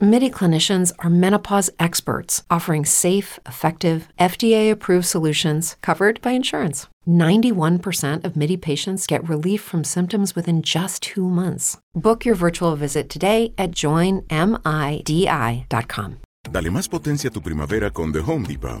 MIDI clinicians are menopause experts offering safe, effective, FDA approved solutions covered by insurance. 91% of MIDI patients get relief from symptoms within just two months. Book your virtual visit today at joinmidi.com. Dale más potencia a tu primavera con The Home Depot.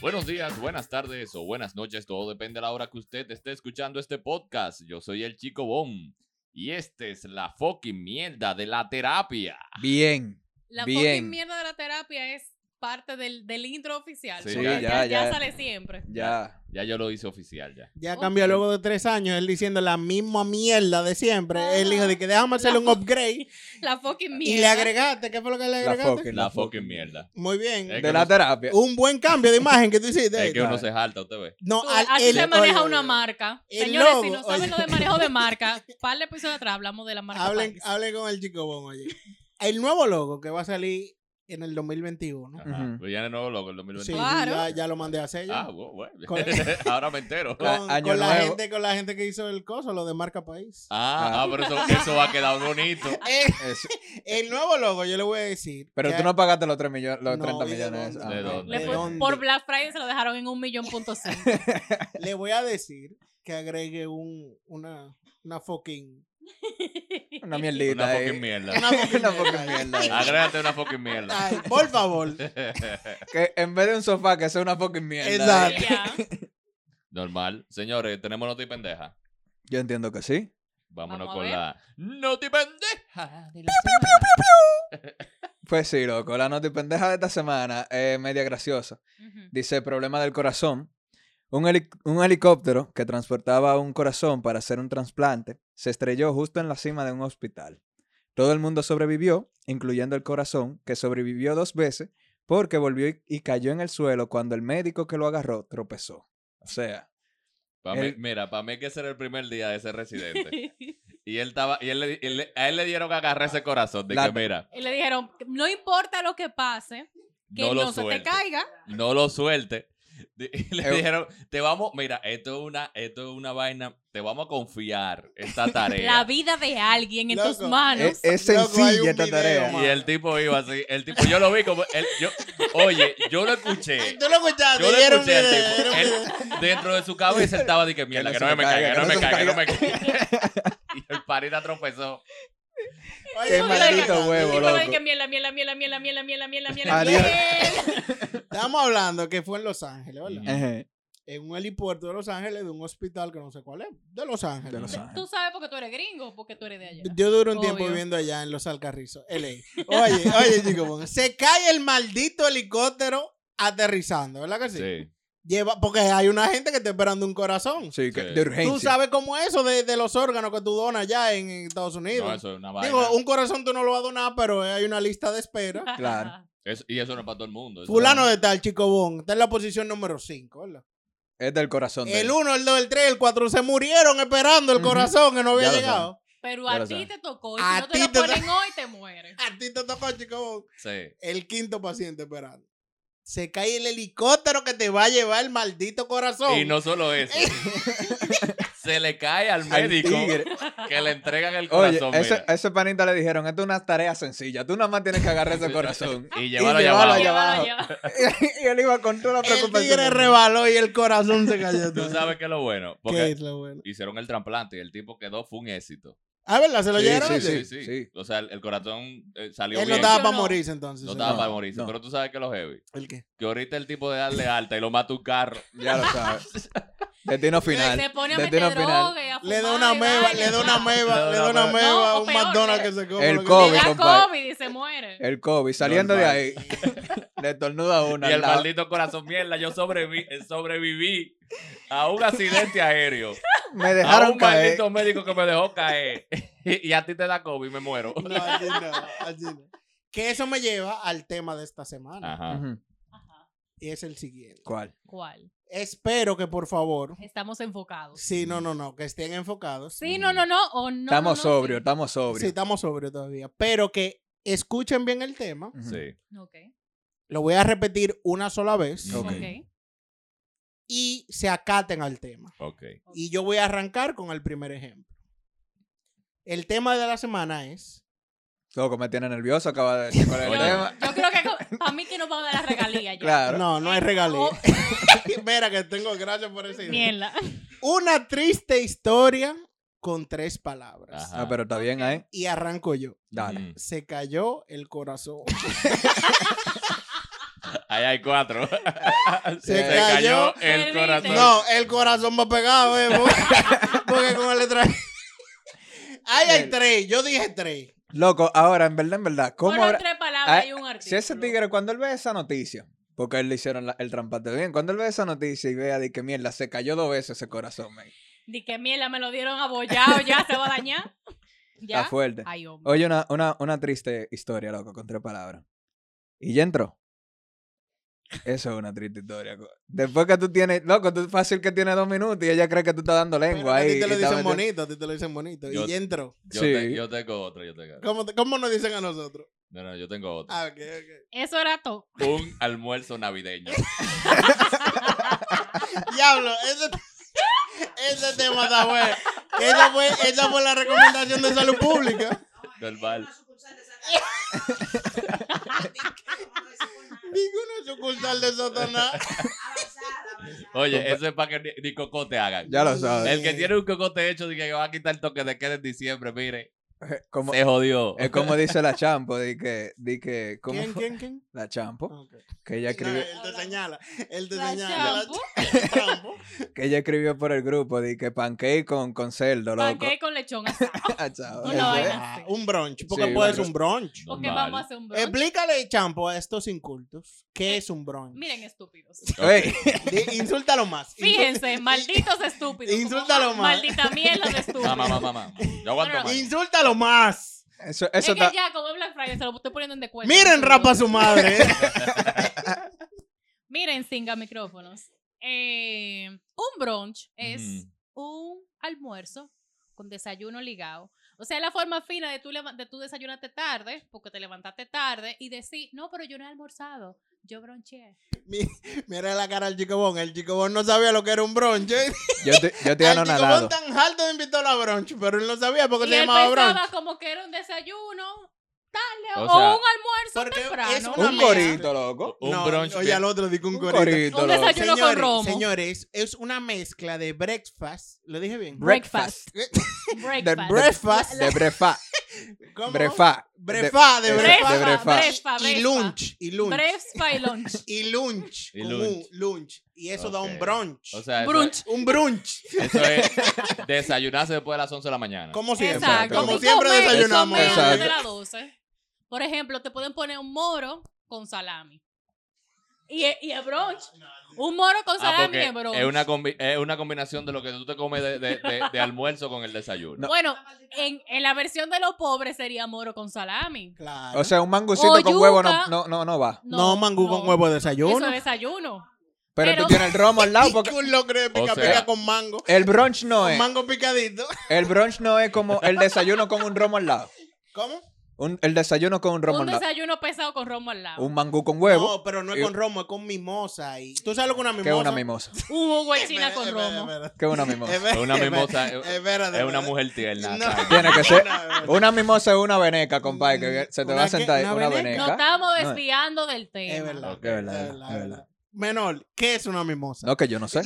Buenos días, buenas tardes o buenas noches, todo depende de la hora que usted esté escuchando este podcast. Yo soy el chico Bon y esta es la fucking mierda de la terapia. Bien. La Bien. fucking mierda de la terapia es parte del, del intro oficial. Sí, ¿no? ya, ya, ya, ya ya. sale siempre. Ya. Ya yo lo hice oficial ya. Ya Ok. cambió luego de tres años, él diciendo la misma mierda de siempre. Ajá. Él dijo de que déjame hacerle un upgrade La fucking mierda. y le agregaste. ¿Qué fue lo que le La agregaste? fucking. La fucking mierda. Muy bien. Es De la terapia. Un buen cambio de imagen que tú hiciste. Es que uno se jalta, usted ve. No, Tú, al- Así el- se maneja oye, una marca. el Señores, si logo, no saben oye. lo de manejo de marca, par de episodios atrás hablamos de la marca. Hablen, Paris. hablen con el chico bon, oye. El nuevo logo que va a salir en el 2021. Ajá. Ujú. Pues ya de nuevo loco el Sí, 2021. Claro. ya, ya lo mandé a hacer. ya. Ah, bueno, bueno. Con- Ahora me entero. Con, Ah, a- año con la nuevo. gente, con la gente que hizo el coso, lo de Marca País. ah, pero eso, eso va a quedar bonito. Eh, Eso. el nuevo logo, yo le voy a decir. Pero que- tú no pagaste los, 3 millones, los No, 30 ¿y de millones. dónde? ¿De ok. dónde? Le ¿de fue- dónde? por Black Friday se lo dejaron en un millón punto cinco. le voy a decir que agregue un, una, una fucking. Una Una mierdita ahí. fucking mierda. Una fucking Una fucking mierda. mierda. ahí. Agrégate una fucking mierda. Ay, por favor. Que en vez de un sofá, que sea una fucking mierda. ahí. Exacto. Ya. Normal. Señores, tenemos noti pendeja. Yo entiendo que sí. Vámonos Vamos a con ver. la noti pendeja de la Pues sí, loco. La noti pendeja de esta semana es media graciosa. Ujú. Dice, problema del corazón. Un, heli- un helicóptero que transportaba un corazón para hacer un trasplante se estrelló justo en la cima de un hospital. Todo el mundo sobrevivió, incluyendo el corazón, que sobrevivió dos veces porque volvió y, y cayó en el suelo cuando el médico que lo agarró tropezó. O sea, Pa' mí- El- mira, para mí que ese era el primer día de ese residente. y él estaba, y él, le- y le- a él le dieron que agarrar ese corazón. De La- que mira, Y le dijeron, no importa lo que pase, que no no, lo se te suelte. caiga. No lo suelte. Di- y le Eu- dijeron, te vamos, mira, esto es una, esto es una vaina, te vamos a confiar esta tarea. La vida de alguien en tus Loco. manos. es, e, es Loco, hay un sencilla esta video, tarea. man. y el tipo iba así, el tipo, yo lo vi como, él- yo, oye, yo lo escuché. Tú lo escuchaste. Yo lo era un escuché al video, tipo. era un Él, video. dentro de su cabeza él estaba de que mierda, que no me caiga, que no me caiga, que no me caiga. Y el parita tropezó. Oye, Qué mira, maldito mira, huevo, Y lo mira, loco. de que miela, miela, miela, miela, miela, miela, miela, miela, Adiós. miela. Estamos hablando que fue en Los Ángeles, ¿verdad? Ejé, En un helipuerto de Los Ángeles, de un hospital que no sé cuál es. De Los Ángeles. de Los Tú Ángeles. sabes porque tú eres gringo o porque tú eres de allá. Yo duré un tiempo Obvio. viviendo allá en Los Alcarrizos, LA. Oye, oye, chico, bueno, se cae el maldito helicóptero aterrizando, ¿verdad que sí? Sí. Lleva, porque hay una gente que está esperando un corazón. Sí, que- Sí. de urgencia. Tú sabes cómo es eso de, de los órganos que tú donas allá en, en Estados Unidos. No, eso es una vaina. Digo, un corazón tú no lo vas a donar, pero hay una lista de espera. claro. Eso- y eso no es para todo el mundo. eso Fulano no- de tal, chico Bon, está en la posición número 5, ¿verdad? Es del corazón. de El él. 1, el 2, el 3, el 4 se murieron esperando el Ujú. corazón que no había Ya lo llegado. Pero Ya a lo ti sabes. te tocó. Y A si no te ti lo te ponen hoy, te mueres. A ti te tocó, chico Bon. Sí. El quinto paciente esperando. Se cae el helicóptero que te va a llevar el maldito corazón. Y no solo eso. se le cae al Al médico tigre. que le entregan el Oye, corazón. ese, mira. a ese panita le dijeron, esto es una tarea sencilla. Tú nada más tienes que agarrar ese corazón. y llevarlo y allá abajo. llevarlo allá. Llévala, abajo. llévala. y él iba con toda la el preocupación. tigre rebaló y el corazón se cayó. Tú sabes que es lo bueno. ¿Qué Porque es lo bueno? hicieron el trasplante y el tipo quedó, fue un éxito. Ah, ¿verdad? Se lo Sí, llegaron. sí, a sí. decir? O sea, el, el corazón eh, salió Él no bien. estaba para No. morirse entonces. No sí. estaba No, para morirse. no. Pero tú sabes que lo heavy. ¿El qué? Que ahorita el tipo de darle alta y lo mata un carro. Ya lo sabes. Destino final. Se pone a meter Destino final. droga y a Le da fumar una y meba, vaina, le da una wow. meba, le da una meba a o un peor, McDonald's le- que se come. El lo que- COVID, Le da compadre. COVID y se muere. Eh. El COVID, saliendo Normal. de ahí, le estornuda una. Y al el lado. maldito corazón mierda, yo sobrevi- eh, sobreviví a un accidente aéreo. Me A dejaron Ah, un caer. maldito médico que me dejó caer. Y, y a ti te da COVID y me muero. No, así no, así no. Que eso me lleva al tema de esta semana. Ajá. Ujú. Ajá. Y es el siguiente. ¿Cuál? ¿Cuál? Espero que por favor, Estamos enfocados. sí, no, no, no, que estén enfocados. Sí, no, no, no. O no estamos no, no, sobrios, estamos Sí, sobrios. estamos sobrios todavía. Pero que escuchen bien el tema. Ujú. Sí. sí. Ok. Lo voy a repetir una sola vez Ok. ok. y se acaten al tema. Ok. Y yo voy a arrancar con el primer ejemplo. El tema de la semana es. Loco, me tiene nervioso, acaba de decir cuál es el Oye. tema. Yo creo que para mí que nos van a dar la regalía ya. Claro. No, no hay regalío. Oh. Mira, que tengo gracias por decir. Mierda. Una triste historia con tres palabras. Ajá. Ah, pero está bien ahí. Y arranco yo. Dale. Mm. Se cayó el corazón. Ahí hay cuatro. Se Te cayó cayó. el Perdiste. corazón. No, el corazón va pegado, eh, porque- Porque con el letra. Ahí hay Bien. tres, yo dije tres. Loco, ahora, en verdad, en verdad, ¿cómo Fueron habrá- tres Ah, palabras y un artículo. Si ese tigre, cuando él ve esa noticia, porque a él le hicieron la- el trampate bien, cuando él ve esa noticia y vea de que mierda, se cayó dos veces ese corazón, man. Di que mierda, me lo dieron abollado ya, se va a dañar. Ya. Está fuerte. Ay, hombre. Oye, una, una, una triste historia, loco, con tres palabras. Y ya entró. Eso es una triste historia. co- Después que tú tienes, loco, tú fácil que tienes dos minutos y ella cree que tú estás dando Pero lengua a ahí. ti te lo y está dicen metiendo- bonito, a ti te lo dicen bonito. Yo- Y ya entro. Yo, Sí. te- yo tengo otro, yo tengo otro. ¿Cómo, te- cómo nos dicen a nosotros? No, no, yo tengo otro. Ah, ok, ok. Eso era todo. Un almuerzo navideño. Diablo, ese, ese tema está bueno. Esa fue, esa fue la recomendación de salud pública. Normal. Ninguna sucursal de Satanás. Oye, eso es para que ni, ni cocó te hagan. Ya lo sabes. El que tiene un cocote hecho de que va a quitar el toque de queda en diciembre, mire, Como, se jodió. es como dice la Champo, di que, di que, ¿cómo ¿Quién, fue? quién, Ah, quién? La Champo, Ok. que ella No, escribió, él te señala. Él te La señala. shampoo. Trampo. que ella escribió por el grupo, di que pancake con, con cerdo, loco. Panqueque con lechón asado. Ah, chao. Una Eso es. vaina. Ah, un brunch, porque Sí, un puede ser brunch. un brunch. Porque Normal. vamos a hacer un brunch. Eh, Explícale, Champo, a estos incultos, ¿qué es un brunch? Miren, estúpidos. Ey, Di- Insúltalo más. Fíjense, malditos estúpidos. Insúltalo Como, más. Maldita mierda de estúpidos. Mamá, mamá, mamá. Yo aguanto No, no. más. Insúltalo más. eso, Es eso que está. ya, como es Black Friday, se lo estoy poniendo en de cuenta. Miren, rapa a su madre. Miren, singa micrófonos. Eh, un brunch es Ujú. un almuerzo con desayuno ligado. O sea, es la forma fina de tú, leva- de tú desayunarte tarde, porque te levantaste tarde, y decir, no, pero yo no he almorzado, yo bronché. Mi- Mira la cara al chico Bon. El chico Bon no sabía lo que era un brunch. ¿eh? Yo te, yo te Al gano chico nadado. Bon tan alto invitó a la brunch, pero él no sabía porque y se él Pues llamaba pensaba brunch. como que era un desayuno tarde O o, sea, un almuerzo porque es temprano. una Un mesa. corito, loco. Un no, brunch. Oye, bien- al otro digo un Un corito. corito, Un loco. desayuno. con Señores, romo. señores, es una mezcla de breakfast. ¿Lo dije bien? Breakfast. De Breakfast. breakfast. De brefa. ¿Cómo? Brefa. Brefa, de de- brefa. de brefa. Brefa, Y brefa. lunch. Y lunch. Breakfast y lunch. y lunch. Y con lunch. un lunch. Y eso da un Ok. brunch. O sea, eso, Brunch. un brunch. eso es desayunarse después de las 11 de la mañana. Como siempre. Exacto. Como Y siempre comer- desayunamos. comer antes de Exacto. las 12. Por ejemplo, te pueden poner un moro con salami. Y, y es brunch. Un moro con Ah, salami porque es brunch. es una, combi- es una combinación de lo que tú te comes de, de- de- de almuerzo con el desayuno. Bueno, en, en la versión de los pobres sería moro con salami. Claro. O sea, un mangucito O con huevo no, yuca. no, no, no va. no, mangú con huevo de desayuno. Eso es desayuno. Pero, Pero- tú tienes el romo al lado. Y Porque un locro de pica O pica sea, con mango. el brunch no eh. Con es. mango picadito. El brunch no es como el desayuno con un romo al lado. ¿Cómo? Un- el desayuno con un romo un al lado. desayuno pesado con romo al lado. Un mangú con huevo. No, pero no Y- es con romo, es con mimosa. Y... ¿Tú sabes lo que es una que mimosa? es una mimosa. Un jugo de china Espera, con espera, romo. espera. Que es una mimosa. Espera, Una espera, mimosa, eh, espérate, Es una espérate. mujer tierna. No. tranquila. Tiene que ser. No, no, no. Una mimosa es una veneca, compadre. Que se te ¿Una va a qué? sentar ahí. ¿Una Una veneca? Nos veneca. estamos No es- desviando del tema. Es verdad. Ok, es verdad, es es verdad, es verdad. verdad. Menor, ¿qué es una mimosa? No, que yo no sé.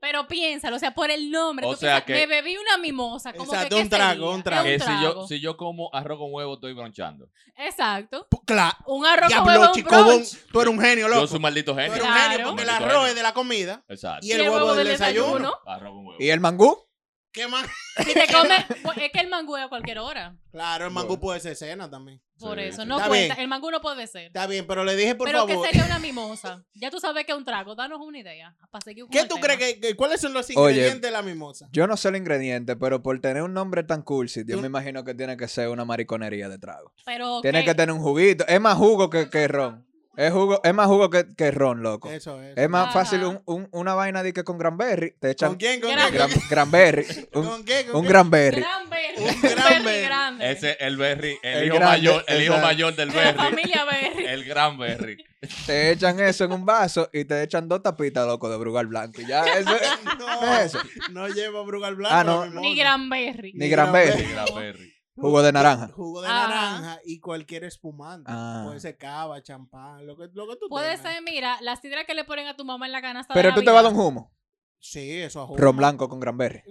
Pero piénsalo, o sea, por el nombre. O tú sea piensas, que- me bebí una mimosa. Como que, Exacto, ¿qué un trago, sería? un trago. Es Que si yo, trago. si yo como arroz con huevo, estoy bronchando. Exacto. Claro. Un arroz con huevo, Diablo, un chico, brunch. vos- tú eres un genio, Yo loco. soy un maldito Tú genio. eres un Claro. genio porque el Maldito arroz genio. es de la comida. Exacto. Y el huevo del desayuno. Arroz con huevo. ¿Y el mangú? ¿Qué más? Si te comes, pues, es que el mangú es a cualquier hora. Claro, el mangú Bueno. puede ser cena también. Por Sí, eso, sí. no Está cuenta. bien. El mangú no puede ser. Está bien, pero le dije, por Pero favor. ¿qué sería una mimosa? Ya tú sabes que es un trago. Danos una idea. Para seguir con ¿Qué el tú tema. crees que, que- cuáles son los Oye. ingredientes de la mimosa? Yo no sé el ingrediente, pero por tener un nombre tan cursi, yo Tú- me imagino que tiene que ser una mariconería de trago. Pero, Tiene ¿qué? que tener un juguito. Es más jugo que, que ron. Es, jugo, es más jugo que, que ron, loco. Eso es. Es más Ajá. fácil un- un- una vaina de que con granberry. Te ¿Con echan quién? ¿Con Gran- quién? gran- granberry. ¿Con Un, qué? ¿Con un qué? granberry. Gran berry. Un Un gran berry berry. grande. Ese es el berry, el, El hijo grande, mayor, el hijo exacto. mayor del La berry, familia berry. el gran berry. Te echan eso en un vaso y te echan dos tapitas, loco, de brugal blanco. Y ya eso es- No, Eso. no lleva brugal blanco. Ah, no. la mimosa. Ni gran berry. Ni granberry. El gran berry. Jugo de naranja. Jugo de Ajá. naranja y cualquier espumante. Ah. Puede ser cava, champán, lo que, lo que tú Puede tengas. ser, mira, la sidra que le ponen a tu mamá en la canasta. Pero de tú te vas a dar Navidad. un humo. Sí, eso a jugo. Ron blanco con granberry.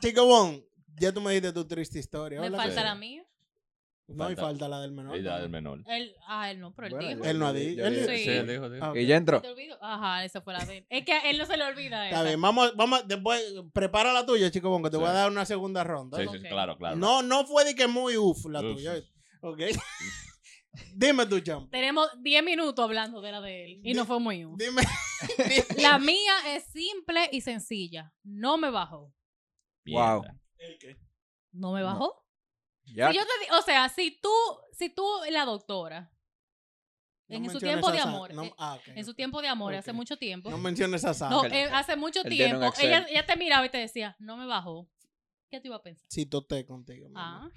Chico Bon, ya tú me dijiste tu triste historia. Me hola. falta Sí. la mía. No, y falta la del menor. Y la del menor. Él, ah, él no, pero él Bueno, dijo. ya- Él no ha ya- dicho. ya- Él ya- dijo. Sí, Sí. el hijo de... Ah, ok. Y ya entró. ¿Te olvidó? Ajá, esa fue la de él. Es que a él no se le olvida Está esa. bien, vamos, vamos, después prepara la tuya, Chico Bon, que te Sí. voy a dar una segunda ronda. Sí, Ok. sí, sí, claro, claro. No, no fue de que muy uff la Uf. tuya. Ok. Dime tu champ. Tenemos 10 minutos hablando de la de él. Y Di- no fue muy útil. Dime. La mía es simple y sencilla. No me bajó. Mierda. Wow. No me bajó. Ya. Si yo te di- o sea, si tú, si tú, la doctora, En No su menciones tiempo de a Sa- amor, no- eh, ah, ok. en su tiempo de amor, Ok. hace mucho tiempo. No No, menciones a Sandra. Ángel. eh, hace mucho Él tiene un tiempo. Excel. Ella, ella te miraba y te decía, no me bajó. ¿Qué te iba a pensar? Sí, toté contigo. mi Ah, amor.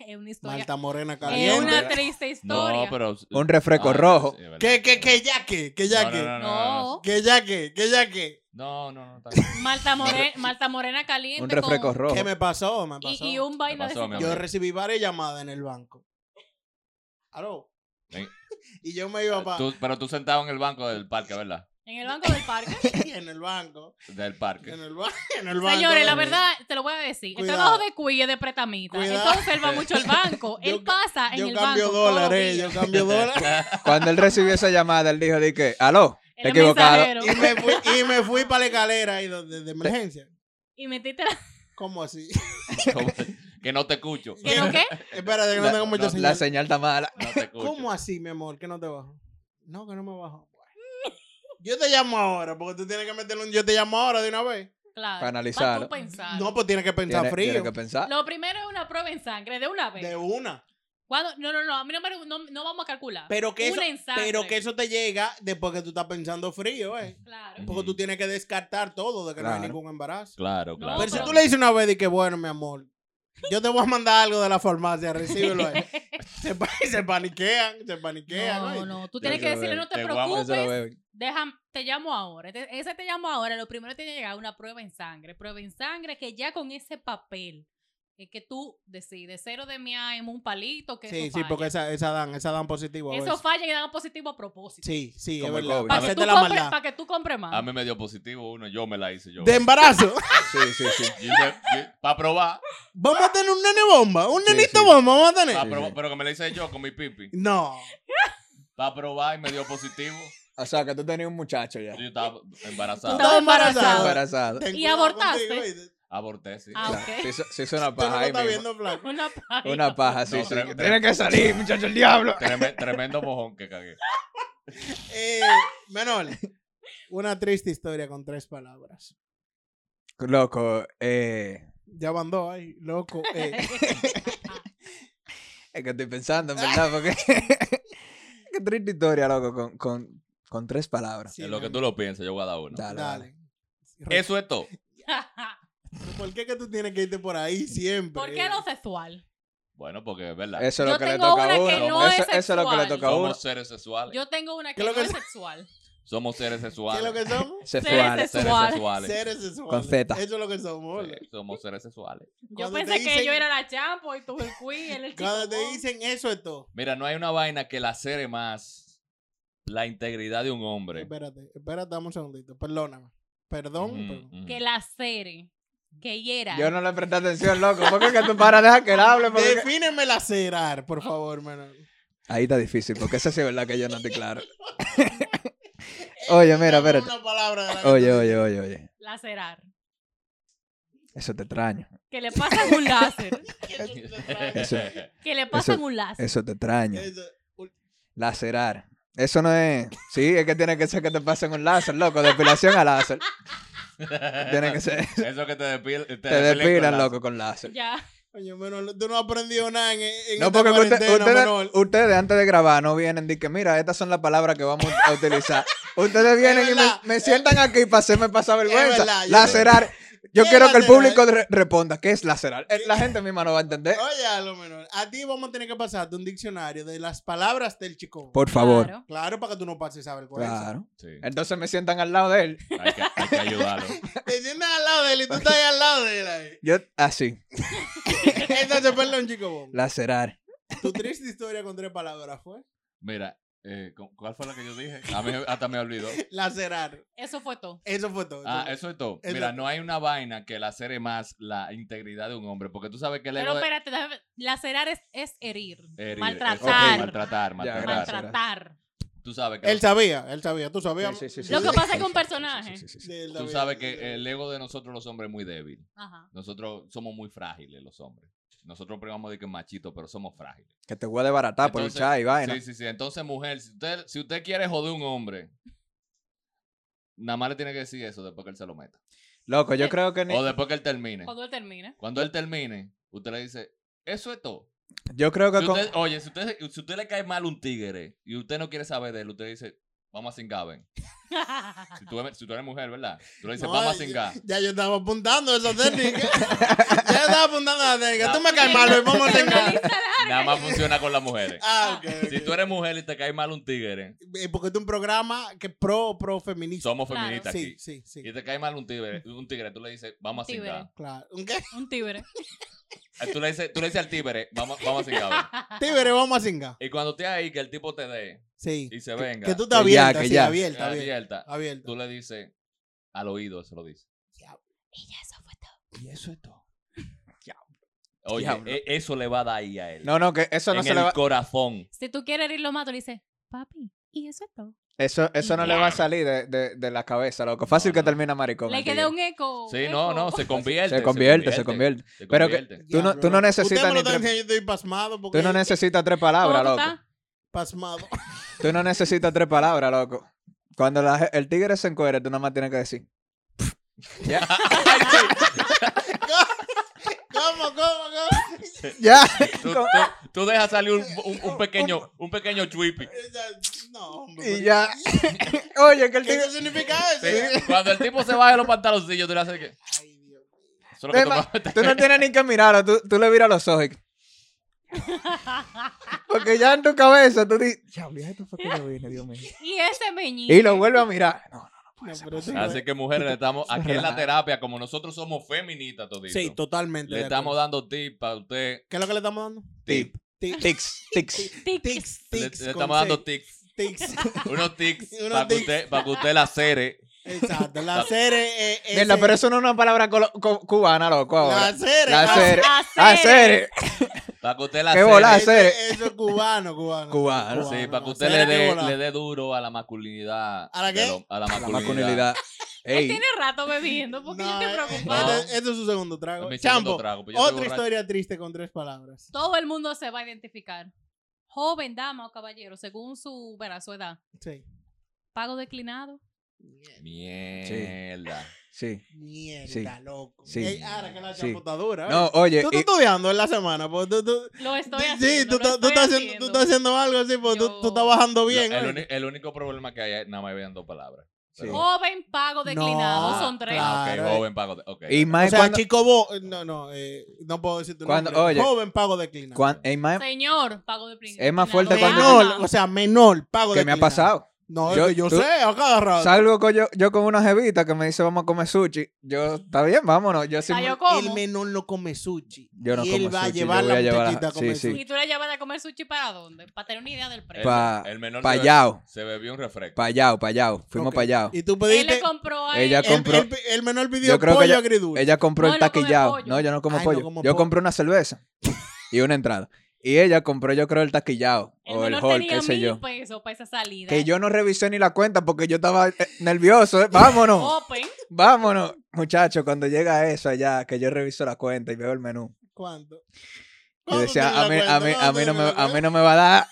es una historia. Malta Morena Es caliente. una triste historia. No, pero... Un refresco Ah, rojo. sí, es verdad. Que, que, que ya que, que ya No, que. no, No. Que ya que, que ya que. No, no, no. está bien. Malta, More- Malta Morena caliente. Un refresco con- rojo. ¿Qué me pasó? Me Y, pasó. y un vaina pasó, de mi Yo amor? cico- recibí varias llamadas en el banco. ¿Aló? Ven. Ah, Y yo me iba para Tú- pero tú sentado en el banco del parque, ¿verdad? En el banco del parque. en el banco. Del parque. En el, ba- en el banco. Señores, la verdad, te lo voy a decir. Cuidado. El trabajo de Cuy es de pretamita. Cuidado. Él se observa mucho el banco. Yo él ca- pasa en Yo el cambio banco. todo dólares, yo el día. cambio dólares. Cuando él recibió esa llamada, él dijo, di que, aló, Él te es equivocado. mensajero. Y me fui, y me fui para la escalera ahí donde- de, emergencia. Y metiste la. ¿Cómo así? Como- que no te escucho. ¿Que no qué? Espérate, que no La- tengo mucha no, señal. la señal está mala. No te escucho. ¿Cómo así, mi amor? Que no te bajo. No, que no me bajo. Bueno. Yo te llamo ahora, porque tú tienes que meterle un yo te llamo ahora de una vez. Claro. Para analizarlo. Para tú pensar. No, pues tienes que pensar Tiene- frío. tiene que pensar. Lo primero es una prueba en sangre, de una vez. De una. Cuando- No, no, no. A mí no me. No, no vamos a calcular. Pero que, eso, Ah, Una en sangre. pero que eso te llega después que tú estás pensando frío, ¿eh? Claro. Porque tú tienes que descartar todo de que no hay Claro. ningún embarazo. Claro, No, claro. pero si claro. tú le dices una vez y que, bueno, mi amor, yo te voy a mandar algo de la farmacia, recíbelo ahí. se, pa- se paniquean, se paniquean. No, ¿oíste? no. Tú Ya tienes se que lo decirle, veo. no te Te guamo, Eso lo preocupes. veo. Deja, te llamo ahora. Este- ese te llamo ahora. Lo primero tiene que llegar una prueba en sangre. Prueba en sangre que ya con ese papel es que tú decides cero de mi en un palito. Que Sí, eso sí, falla. porque esa, esa dan, esa dan positivo. a Eso veces. falla y dan positivo a propósito. Sí, sí, Como es el verdad. COVID. Para Para que, tú hacerte la compres- maldad. para que tú compres más. A mí me dio positivo uno, yo me la hice yo. De embarazo. Sí, sí, sí. Para probar, Vamos a tener un nene bomba, un Sí, Ah, nenito sí. bomba, vamos a tener. pa' sí. probar, pero que me la hice yo con mi pipi. No. Para probar y me dio positivo. O sea, que tú tenías un muchacho ya. Yo estaba Tú embarazada. Estaba estás embarazada. Embarazado. Ten Y cuidado abortaste. contigo, ¿oíste? Tú Aborté, sí. Ah, Claro, ok. Se hizo, se hizo una no paja lo Pues ahí estás mismo. viendo, flaco. Una paja. Una paja, sí, No, sí. trem- Tiene que salir, muchacho, el diablo. Treme- tremendo mojón que cagué. Eh, menor. Una triste historia con tres palabras. Loco, eh, Ya mandó ahí, loco. eh. es que estoy pensando, en verdad, porque... Qué triste historia, loco, con, con, con tres palabras. Sí, en lo que mi tú lo piensas, yo voy a dar uno. Dale, dale. Dale. Eso es todo. ¿Por qué que tú tienes que irte por ahí siempre? ¿Por qué lo sexual? Bueno, porque es verdad. Eso es lo Yo que le tengo toca una a que uno. no es eso, eso es lo que le sexual. toca a uno. Somos seres sexuales. Yo tengo una que ¿Qué es lo no que es se- sexual. Somos seres ¿Qué es sexuales. lo que somos? Seres Sexuales. Sexuales. Sexual. sexuales. Seres sexuales. Con Z. Eso es lo que somos. hola. Sí, Somos seres sexuales. Yo Cuando te pensé que dicen- yo era la champo y tú el cuy, él el chico. Cuando te bon. dicen eso es todo. Mira, no hay una vaina que lacere más la integridad de un hombre Espérate, espérate, dame un segundito. Perdóname. Perdón. Ujú, pero- ujú. que la serie que hiera. Yo no le presté atención, loco. ¿Por qué es que tú paras? Deja que él hable. porque es que- Defíneme la cerar, por favor, Manuel. Ahí está difícil, porque esa sí es verdad que yo no estoy claro. Oye, mira, Dame espérate. Una palabra de la que Oye, tú- oye, oye, oye. Lacerar. Eso te extraño. Que le pasan un láser. Eso- Que le pasan Eso- un láser. Eso te extraño. Eso- Lacerar. Eso no es. Sí, es que tiene que ser que te pasen un láser, loco. Depilación a láser. Tiene que ser. Eso que te, depil- te Te depilan con depilan, la- loco, con láser. Ya. Coño, Manuel, tú no has aprendido nada en, en No, esta porque usted- cuarentena, ustedes, Manuel. ustedes antes de grabar no vienen y que mira, estas son las palabras que vamos a utilizar. Ustedes vienen y me, verdad, me sientan aquí para hacerme pasar vergüenza. verdad, yo- lacerar. Yo ¿Qué quiero que el lacerar? Oh, público re- responda, ¿qué es lacerar? Eh, La gente misma no va a entender. Oye, a lo menos. A ti vamos a tener que pasarte un diccionario de las palabras del chico. Por favor. Claro. Claro, para que tú no pases a vergüenza. Claro. Sí, Entonces me sientan al lado de él. hay que, hay que ayudarlo. Te sientas al lado de él y tú estás ahí al lado de él. ahí. Yo, así, Entonces, perdón, chico. Bon. lacerar. Tu triste historia con tres palabras fue Mira, eh, ¿cu- ¿cuál fue la que yo dije? A mí hasta me olvidó. lacerar. Eso fue todo. Eso fue todo. Ah, eso es todo. Eso- Mira, no hay una vaina que lacere más la integridad de un hombre, porque tú sabes que el Pero ego de- espérate, déjame- lacerar es, es herir, herir, maltratar, ok, maltratar, Ya, maltratar. gracias. maltratar. Tú sabes que Él sabía, él sabía, tú sabías. Sí, sí, sí, Lo sí, que sí, pasa sí, es que un sí, sí, sí, personaje. sí, sí, sí. Sí, él tú sabía, sabes él que sabía. el ego de nosotros los hombres es muy débil. Ajá. Nosotros somos muy frágiles los hombres. Nosotros primamos de que machito, pero somos frágiles. Que te voy a desbaratar Ah, por el Entonces, chat y vaina. Sí, sí, sí. Entonces, mujer, si usted, si usted quiere joder a un hombre, nada más le tiene que decir eso después que él se lo meta. Loco, yo creo que ni, O después que él termine. Cuando él termina. Cuando él termine, usted le dice, eso es todo. yo creo que Si con- usted- oye, si usted, si usted le cae mal un tigre y usted no quiere saber de él, usted dice, vamos a cingar, ven. Si tú, si tú eres mujer, ¿verdad? Tú le dices, No, vamos a ya- cingar. Ya yo estaba apuntando esa técnica. ya yo estaba apuntando la técnica. Tú me caes mal, Luis, vamos a Pero una tengar. lista larga. Nada más funciona con las mujeres. Ah, ok. Si tú eres mujer y te cae mal un tigre, eres... Porque este es un programa que pro, pro feminista. somos Claro. feministas sí, aquí. sí, sí. Y te cae mal un tigre, un tigre, tú le dices, vamos a Un tigre. cingar. Claro. ¿Un qué? Un tigre. Eh, Tú le dices, tú le dices al tigre, vamos, vamos a cingar. ven". Tíbere, vamos a cingar. Y cuando esté ahí, que el tipo te dé Sí. y se Que- venga, Que tú estás Que ya, abierta, que sí, ya. abierta, abierta. abierta, Abierta. tú le dices al oído, se lo dice. Y ya eso fue todo. Y eso es todo. Oye, Diablo. e- eso le va a dar ahí a él. No, no, que eso en no se el le va... corazón. Si tú quieres herirlo más, tú le dices, papi, y eso es todo. Eso, eso no le va a salir de, de- de la cabeza, loco. Fácil No, que no. termina maricón. le el queda tigre. un eco. Sí, no, no, se convierte. Se convierte, se convierte. se Pero que- convierte. Tú no- tú no Diablo, necesitas Usted me lo ni está tres- diciendo, yo estoy pasmado. Porque... Tú no necesitas tres palabras, loco. Pasmado. Tú no necesitas tres palabras, loco. Cuando la je- el tigre se encuere, tú nada más tienes que decir. ¿Cómo, cómo, cómo? ¡Ya! Tú, tú- tú dejas salir un, un- un pequeño, un pequeño chuipi. Esa- No, hombre. y pero- ya. Oye, que el ¿Qué tigre... eso significa eso? Sí, Cuando el tipo se baja de los pantaloncillos, tú le haces que. Eso Ay, Dios. es lo que Es tú más, me- tú no tienes ni que mirarlo, tú, tú le miras los ojos. y- Porque ya en tu cabeza tú dices, ya, esto fue que yo vine, Dios mío. Y ese meñique. Y lo vuelve a mirar. No, no, No, pero tú no Así que mujeres, le estamos aquí en la terapia, como nosotros somos feministas es- toditos. Sí, totalmente. le de estamos acuerdo. dando tips a usted. ¿Qué es lo que le estamos dando? tip. Tic. Tics, tics. Tic. Tics, Le, le tics. con estamos dando C. tics. tics. Unos tics Unos para que, tics. usted, para que usted la cere. Exacto. La serie. Eh, Mierda, ese- pero eso no es una palabra colo- co- cubana, loco. Ahora. La serie. La ah, serie. Hacer. Hacer. Para que usted la Qué cere. bola, eso- serie. Eso es cubano, cubano. Cubano, Sí, para que la usted le serie, qué dé, bola. le dé duro a la masculinidad. ¿A la de qué? lo- a la La masculinidad. masculinidad. Él Ey, tiene rato bebiendo porque yo eh, estoy No. preocupada. Este, este es su segundo trago. Es mi Champo, segundo trago, pues yo estoy otra borracho. historia triste con tres palabras. Todo el mundo se va a identificar. Joven, dama o caballero, según su, verá, su edad. Sí. Pago declinado. Mierda. sí. Mierda, loco. Sí. Ey, ahora que la Sí. champotadura. No, ¿eh? oye, Tú estás y- estudiando en la semana, pues tú, tú- Lo estoy sí, haciendo. tú, lo estás- tú estoy estás haciendo, tú estás haciendo algo así, pues tú, Yo- tú estás bajando bien. Lo- el, ¿eh? uni- el único problema que hay es nada más habían dos palabras. Sí. Oh. Joven, pago declinado. No, son tres. claro. Ah, ok, joven, pago. de- ok. y más o sea, cuando, chico, vos, no, no, eh, no puedo decir tu Cuando- nombre. oye. Joven pago declinado. cuan- ey, más Señor, pago declinado. Es más fuerte Dama. cuando- Menor, o sea, menor pago que me ha declinado. pasado. No, Yo- yo, yo tú- sé, a cada rato. Salgo con yo, yo con una jevita que me dice vamos a comer sushi. Yo, está bien, vámonos. Yo sí. Ah, yo El como. menor no come sushi. Yo no y como él va sushi, a yo llevar voy la a llevar- botellita a sí, comer sí. sushi. ¿Y tú le llevas a comer sushi para dónde? Para tener una idea del El, precio. Pa- el menor pa' se- Yao. se bebió un refresco. Payao, payao. Fuimos Ok. payao. Y tú Él pediste. le compró a Ella él. el, compró- el- el menor pidió Yo creo pollo que ella, agridulce. ella compró el No, él no come taquillao. pollo. No, yo no como Ay, no pollo. como yo pollo. compré una cerveza y una entrada. Y ella compró, yo creo, el taquillao El o el menor hall, tenía qué sé mil yo. pesos para esa salida. Que yo no revisé ni la cuenta porque yo estaba eh, nervioso. eh. Vámonos, Open. vámonos. Muchachos, cuando llega eso allá, que yo reviso la cuenta y veo el menú. ¿Cuánto? Y ¿Cuánto tiene decía, la a mí, cuenta? a, mí, ¿Cuánto a, mí no tiene me, la a cuenta? mí no me va a dar.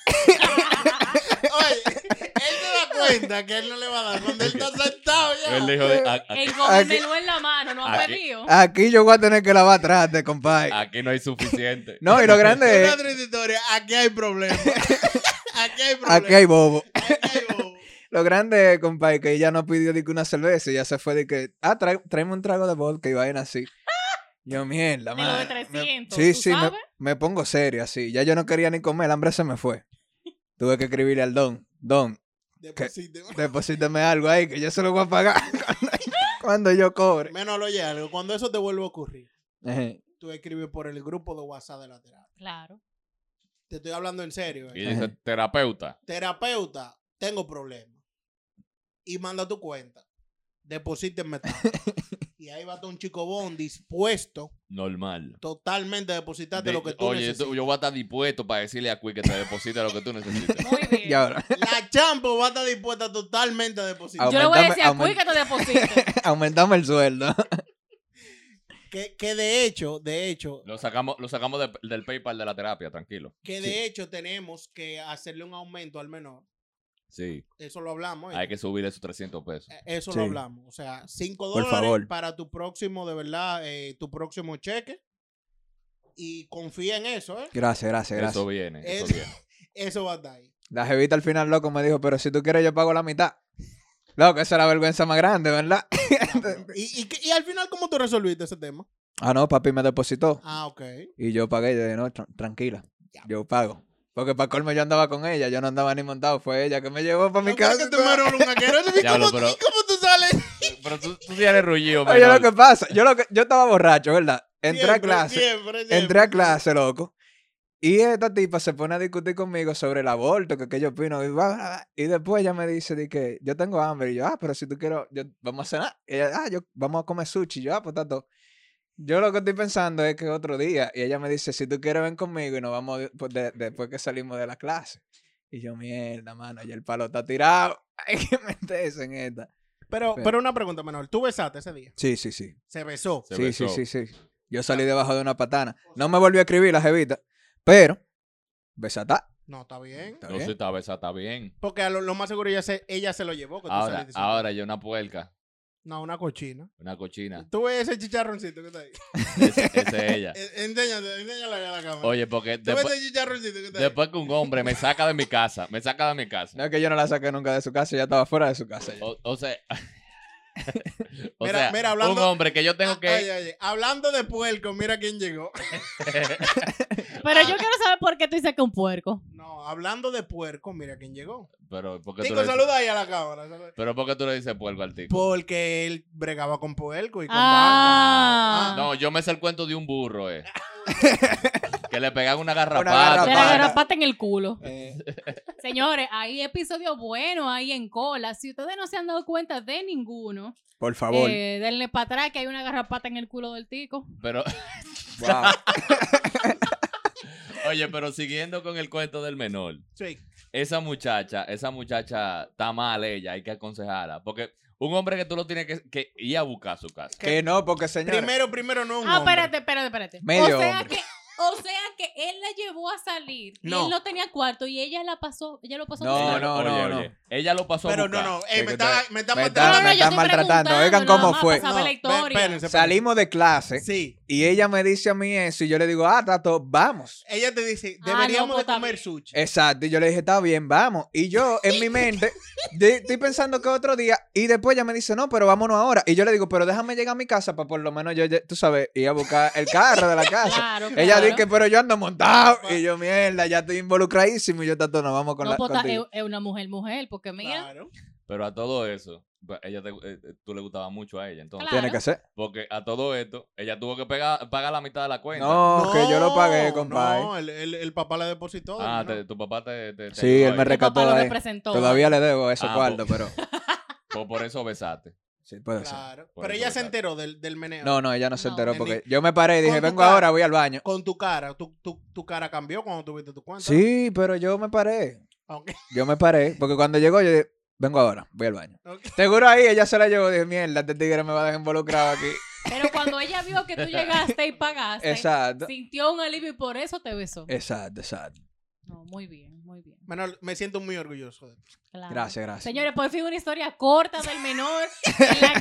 Oye, él se da cuenta que él no le va a dar cuando él está sentado ya. Él dijo, de- a- a- El con el Aquí- menú en la mano, no Ah. ha aquí- pedido. Aquí yo voy a tener que lavar trastes, compadre. aquí no hay suficiente. No, y lo grande Una es, transitoria, aquí hay problema. aquí hay problema. aquí hay bobo. Aquí hay bobo. Lo grande es, compadre, que ella no pidió ni que una cerveza, ella se fue de que, ah, trae- tráeme un trago de vodka y vaina así. Yo, Ah, mierda, De lo de man. 300. Sí, ¿tú sí, me, sabes? me pongo serio así. Ya yo no quería ni comer, el hambre se me fue. Tuve que escribirle al don, don, Deposite. deposítame algo ahí que yo se lo voy a pagar cuando, cuando yo cobre. Menos lo oye algo. Cuando eso te vuelva a ocurrir, Ajá. tú escribes por el grupo de WhatsApp de la terapia. Claro. Te estoy hablando en serio. Y ¿eh? dice, terapeuta. Terapeuta, tengo problemas. Y manda tu cuenta. Deposítenme tanto. y ahí va todo un chico bon dispuesto Normal. totalmente a depositarte De- lo que tú oye, necesitas. yo- yo voy a estar dispuesto para decirle a Cui que te deposite lo que tú necesites. Muy bien. Y ahora, La champo va a estar dispuesta totalmente a depositar. Au- Yo le voy a Aumentame- decir a aument- Cuy que te deposite. aumentamos el sueldo. Que, que de hecho, de hecho, Lo sacamos, lo sacamos de- del PayPal de la terapia, tranquilo. que de hecho tenemos que hacerle un aumento al menor. Sí. Eso lo hablamos. ¿eh? Hay que subir esos 300 pesos. Eh, Eso Sí. lo hablamos. O sea, 5 Por dólares favor. para tu próximo, de verdad, eh, tu próximo cheque. Y confía en eso, ¿eh? Gracias, gracias, gracias. Eso viene, eso Eso- viene. Eso va a estar ahí. La jevita al final, loco, me dijo, pero si tú quieres yo pago la mitad. Loco, esa es la vergüenza más grande, ¿verdad? ¿Y, y, qué- y al final, ¿cómo tú resolviste ese tema? Ah, no, papi me depositó. Ah, ok. Y yo pagué, yo dije, no, tran- tranquila, yo pago. Porque para colmo yo andaba con ella, yo no andaba ni montado, fue ella que me llevó para mi No, pero casa. que tú me eres un vaquero, ¿y Diablo, cómo- pero- ¿Y cómo tú sales? Pero tú, tú tienes rullido, Oye, lo menor. que pasa, Ah, yo, lo que, yo estaba borracho, ¿verdad? Entré a Siempre, clase, siempre, siempre. entré a clase, loco. Y esta tipa se pone a discutir conmigo sobre el aborto, que qué yo opino. Y, bla, bla, bla. y después ella me dice, de que yo tengo hambre. Y yo, ah, pero si tú quieres, yo- vamos a cenar. Y ella, ah, yo, vamos a comer sushi. Y yo, ah, pues tanto. Yo lo que estoy pensando es que otro día. Y ella me dice, si tú quieres, ven conmigo y nos vamos de- pues, de- después que salimos de la clase. Y yo, mierda, mano, ya el palo está tirado. Hay que meterse en esta. Pero- Pero, pero una pregunta, Manuel. ¿Tú besaste ese día? Sí, sí, sí. Se besó. Se sí, besó. Ah. sí, sí, sí. Yo salí debajo de una patana. No me volvió a escribir la jevita, pero besatá. No, está bien. Está No bien. sé, está, esa está bien. Porque a lo, lo más seguro ella se, ella se lo llevó. Que Pues tú Ahora, saliste sin- ahora yo una puerca, No, una cochina. una cochina. Tú ves ese chicharroncito que está ahí. Esa esa es ella. Eh, Enséñate, enséñale a la cámara. Oye, porque ¿Tú ves después, ese chicharroncito que está ahí? después que un hombre me saca de mi casa, me saca de mi casa. No es que yo no la saqué nunca de su casa, ya estaba fuera de su casa. ya. O, o sea, o Mira, sea, mira, hablando- un hombre que yo tengo Ah, que... oye, oye, Hablando de puerco, mira quién llegó. Pero Ah. yo quiero saber por qué tú dices que un puerco. No, hablando de puerco, mira quién llegó. Pero ¿por qué tú Tico, le dices- saluda ahí a la cámara. saluda. pero ¿por qué tú le dices puerco al tico? Porque él bregaba con puerco y con Ah. No, yo me sé el cuento de un burro, eh. que le pegan una garrapata. garrapata. Te Pero la para- garrapata en el culo. Ah, Eh, Señores, hay episodios buenos ahí en cola. Si ustedes no se han dado cuenta de ninguno, por favor. eh, denle para atrás que hay una garrapata en el culo del tico. Pero, Wow. oye, pero siguiendo con el cuento del menor. barba. Sí. Esa muchacha, esa muchacha está mal ella, hay que aconsejarla. Porque un hombre que tú lo tienes que, que ir a buscar a su casa. que no, porque señor. Primero, primero no es un Ah, hombre. espérate, espérate, espérate. Medio o sea hombre. que o sea que él la llevó a salir y No. él no tenía cuarto y ella la pasó, ella lo pasó No, por- Ella- no, no, no. Ella lo pasó a Pero no, buscar. no. Sí, eh, me que está, está- me está me matando. está- me yo están estoy maltratando. preguntando Oigan nada cómo más fue. para saber la No, historia. espérense, Salimos de clase Sí. y ella me dice a mí eso y yo le digo, ah, Tato, vamos. Ella te dice, Ah, deberíamos no, de pues, comer está sushi. Exacto. Y yo le dije, está bien, vamos. Y yo en mi mente de- estoy pensando que otro día y después ella me dice, no, pero vámonos ahora. Y yo le digo, pero déjame llegar a mi casa para por lo menos yo, ya- tú sabes, ir a buscar el carro de la casa. Claro, Ella claro. dice, pero yo ando montada. involucrado. Y yo, mierda, ya estoy involucradísimo. Y yo, tanto nos vamos con No, la. pues, ta- contigo". eh, es es una mujer, mujer, porque mira. Claro. Pero a todo eso, pues, ella te- eh, eh, tú le gustaba mucho a ella, entonces. Claro. Tiene que ser. Porque a todo esto, ella tuvo que pegar- pagar la mitad de la cuenta. No, que yo lo pagué, No, compadre. No, el, el, el papá le depositó. Ah, ¿no? te- tu papá te. te- te Sí, ayudó él me ahí. tu papá recató lo ahí. representó. Todavía le debo ese Ah, cuarto, pues. pero. Por- por eso besaste. Sí, puede ser. Claro. Por Pero eso, ella se claro. enteró del, del meneo. No, no, ella no se No. enteró Ni- porque yo me paré y dije, Con tu vengo cara. ahora, voy al baño. Con tu cara. Tu, tu, tu cara cambió cuando tuviste tu cuenta. Sí, pero yo me paré. Aunque- Yo me paré porque cuando llegó yo dije, vengo ahora, voy al baño. Ok. Seguro ahí ella se la llevó dije, mierda, este tigre me va a dejar involucrado aquí. Pero cuando ella vio que tú llegaste y pagaste, exacto. sintió un alivio y por eso te besó. Eh. Exacto, exacto. No, muy bien, muy bien. Menor, me siento muy orgulloso de ti. Claro. Gracias, gracias. Señores, por fin una historia corta del menor en la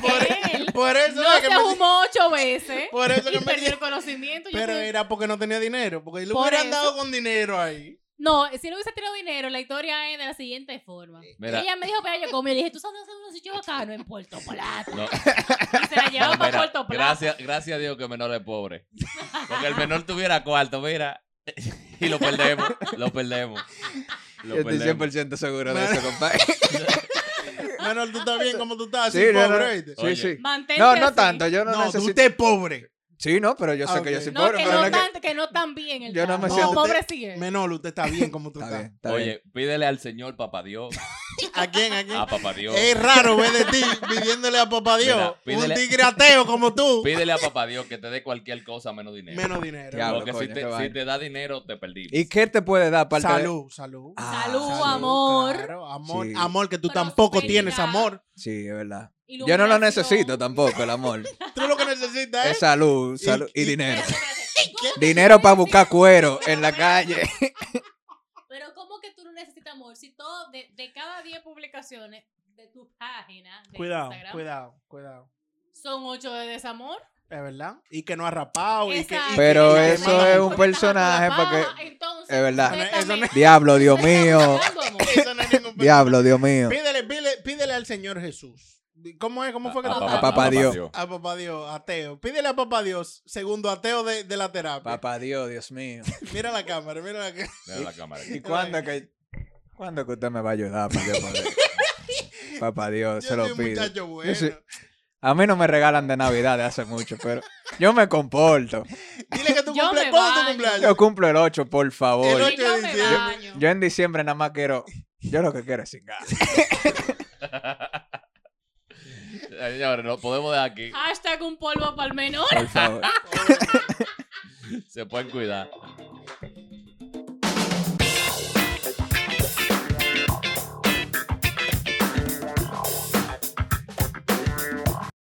que él Por eso no era se que me- fumó ocho veces Por eso y que me- perdió el conocimiento. Yo Pero creo- era porque no tenía dinero. Porque le Por hubieran eso. dado con dinero ahí. No, si no hubiese tirado dinero, la historia es de la siguiente forma. Eh, Mira. Ella me dijo, pero yo comí. Le dije, ¿tú sabes dónde hacen unos sitios bacanos? En Puerto Plata. No. Y se la llevó No, para mira, Puerto Plata. Gracias, gracias a Dios que el menor es pobre. Porque el menor tuviera cuarto, mira. Y lo perdemos, lo perdemos. Lo yo estoy perdemos. 100% seguro de Bueno. eso, compadre. Menor, tú estás bien como tú estás. Sí, así, no, no. pobre, ¿oíste? Sí, Oye. sí. Mantente No, no así. tanto, yo no, No, tú necesito. usted es pobre. Sí, no, pero yo sé Ah, que yo ok. soy No, pobre, que, pero no no es que- tan, que no tan bien. El Yo no chavo. me no, siento- pobre sí es. Menor, usted está bien como tú Está estás. bien, está bien. Oye, pídele al señor Papá Dios, ¿A quién? ¿A quién? Ah, a Papá Dios. Es raro ver de ti pidiéndole a papá Dios Mira, un pídele- tigre ateo como tú. Pídele a Papá Dios que te dé cualquier cosa menos dinero. Menos dinero. Diablo, Porque coño, si, qué te, si vaina. te da dinero, te perdimos. ¿Y qué te puede dar aparte de- Salud, salud. Ah, Salud, amor. claro, amor, Sí. amor que tú Prosperidad. tampoco tienes, amor. Sí, es verdad. Yo no Iluminación. lo necesito tampoco, el amor. Tú lo que necesitas Es es salud, Y- salud y y- dinero. Espérate, espérate. ¿Cómo que Dinero tú para no buscar necesitas- cuero en la calle. Pero ¿cómo que tú no necesitas amor? Si todo, de, de cada 10 publicaciones de tu página de Cuidado, Instagram, cuidado, cuidado. son 8 de desamor. Es verdad. Y que no ha rapado. Y que, y Exacto. Pero que- y que eso manda- es un Porque estás personaje, bajo la porque- paja, entonces, es verdad. usted Eso no- también- Diablo, Dios usted está mío. buscando amor. Eso no es ningún Diablo, Dios mío. Pídele, pídele, pídele al Señor Jesús. ¿Cómo es? ¿Cómo fue que A- tú- papá- Papá Dios. A papá Dios, ateo. Pídele a papá Dios, segundo ateo de, de la terapia. Papá Dios, Dios mío. Mira la cámara, mira la cámara. Mira la cámara. ¿Y cuándo que, cuándo que usted me va a ayudar? para yo poder? Papá Dios, se Yo lo soy un pido. muchacho bueno. soy- A mí no me regalan de Navidad de hace mucho, pero yo me comporto. Dile que tú Yo cumples. me ¿Cuándo tu baño. cumpleaños? Yo cumplo el 8, por El favor. ocho- Y yo me Yo- baño. Yo en diciembre nada más quiero... Yo lo que quiero es cingar. Señores, no podemos dejar aquí. Hashtag un polvo para el menor. Por favor. Se pueden cuidar.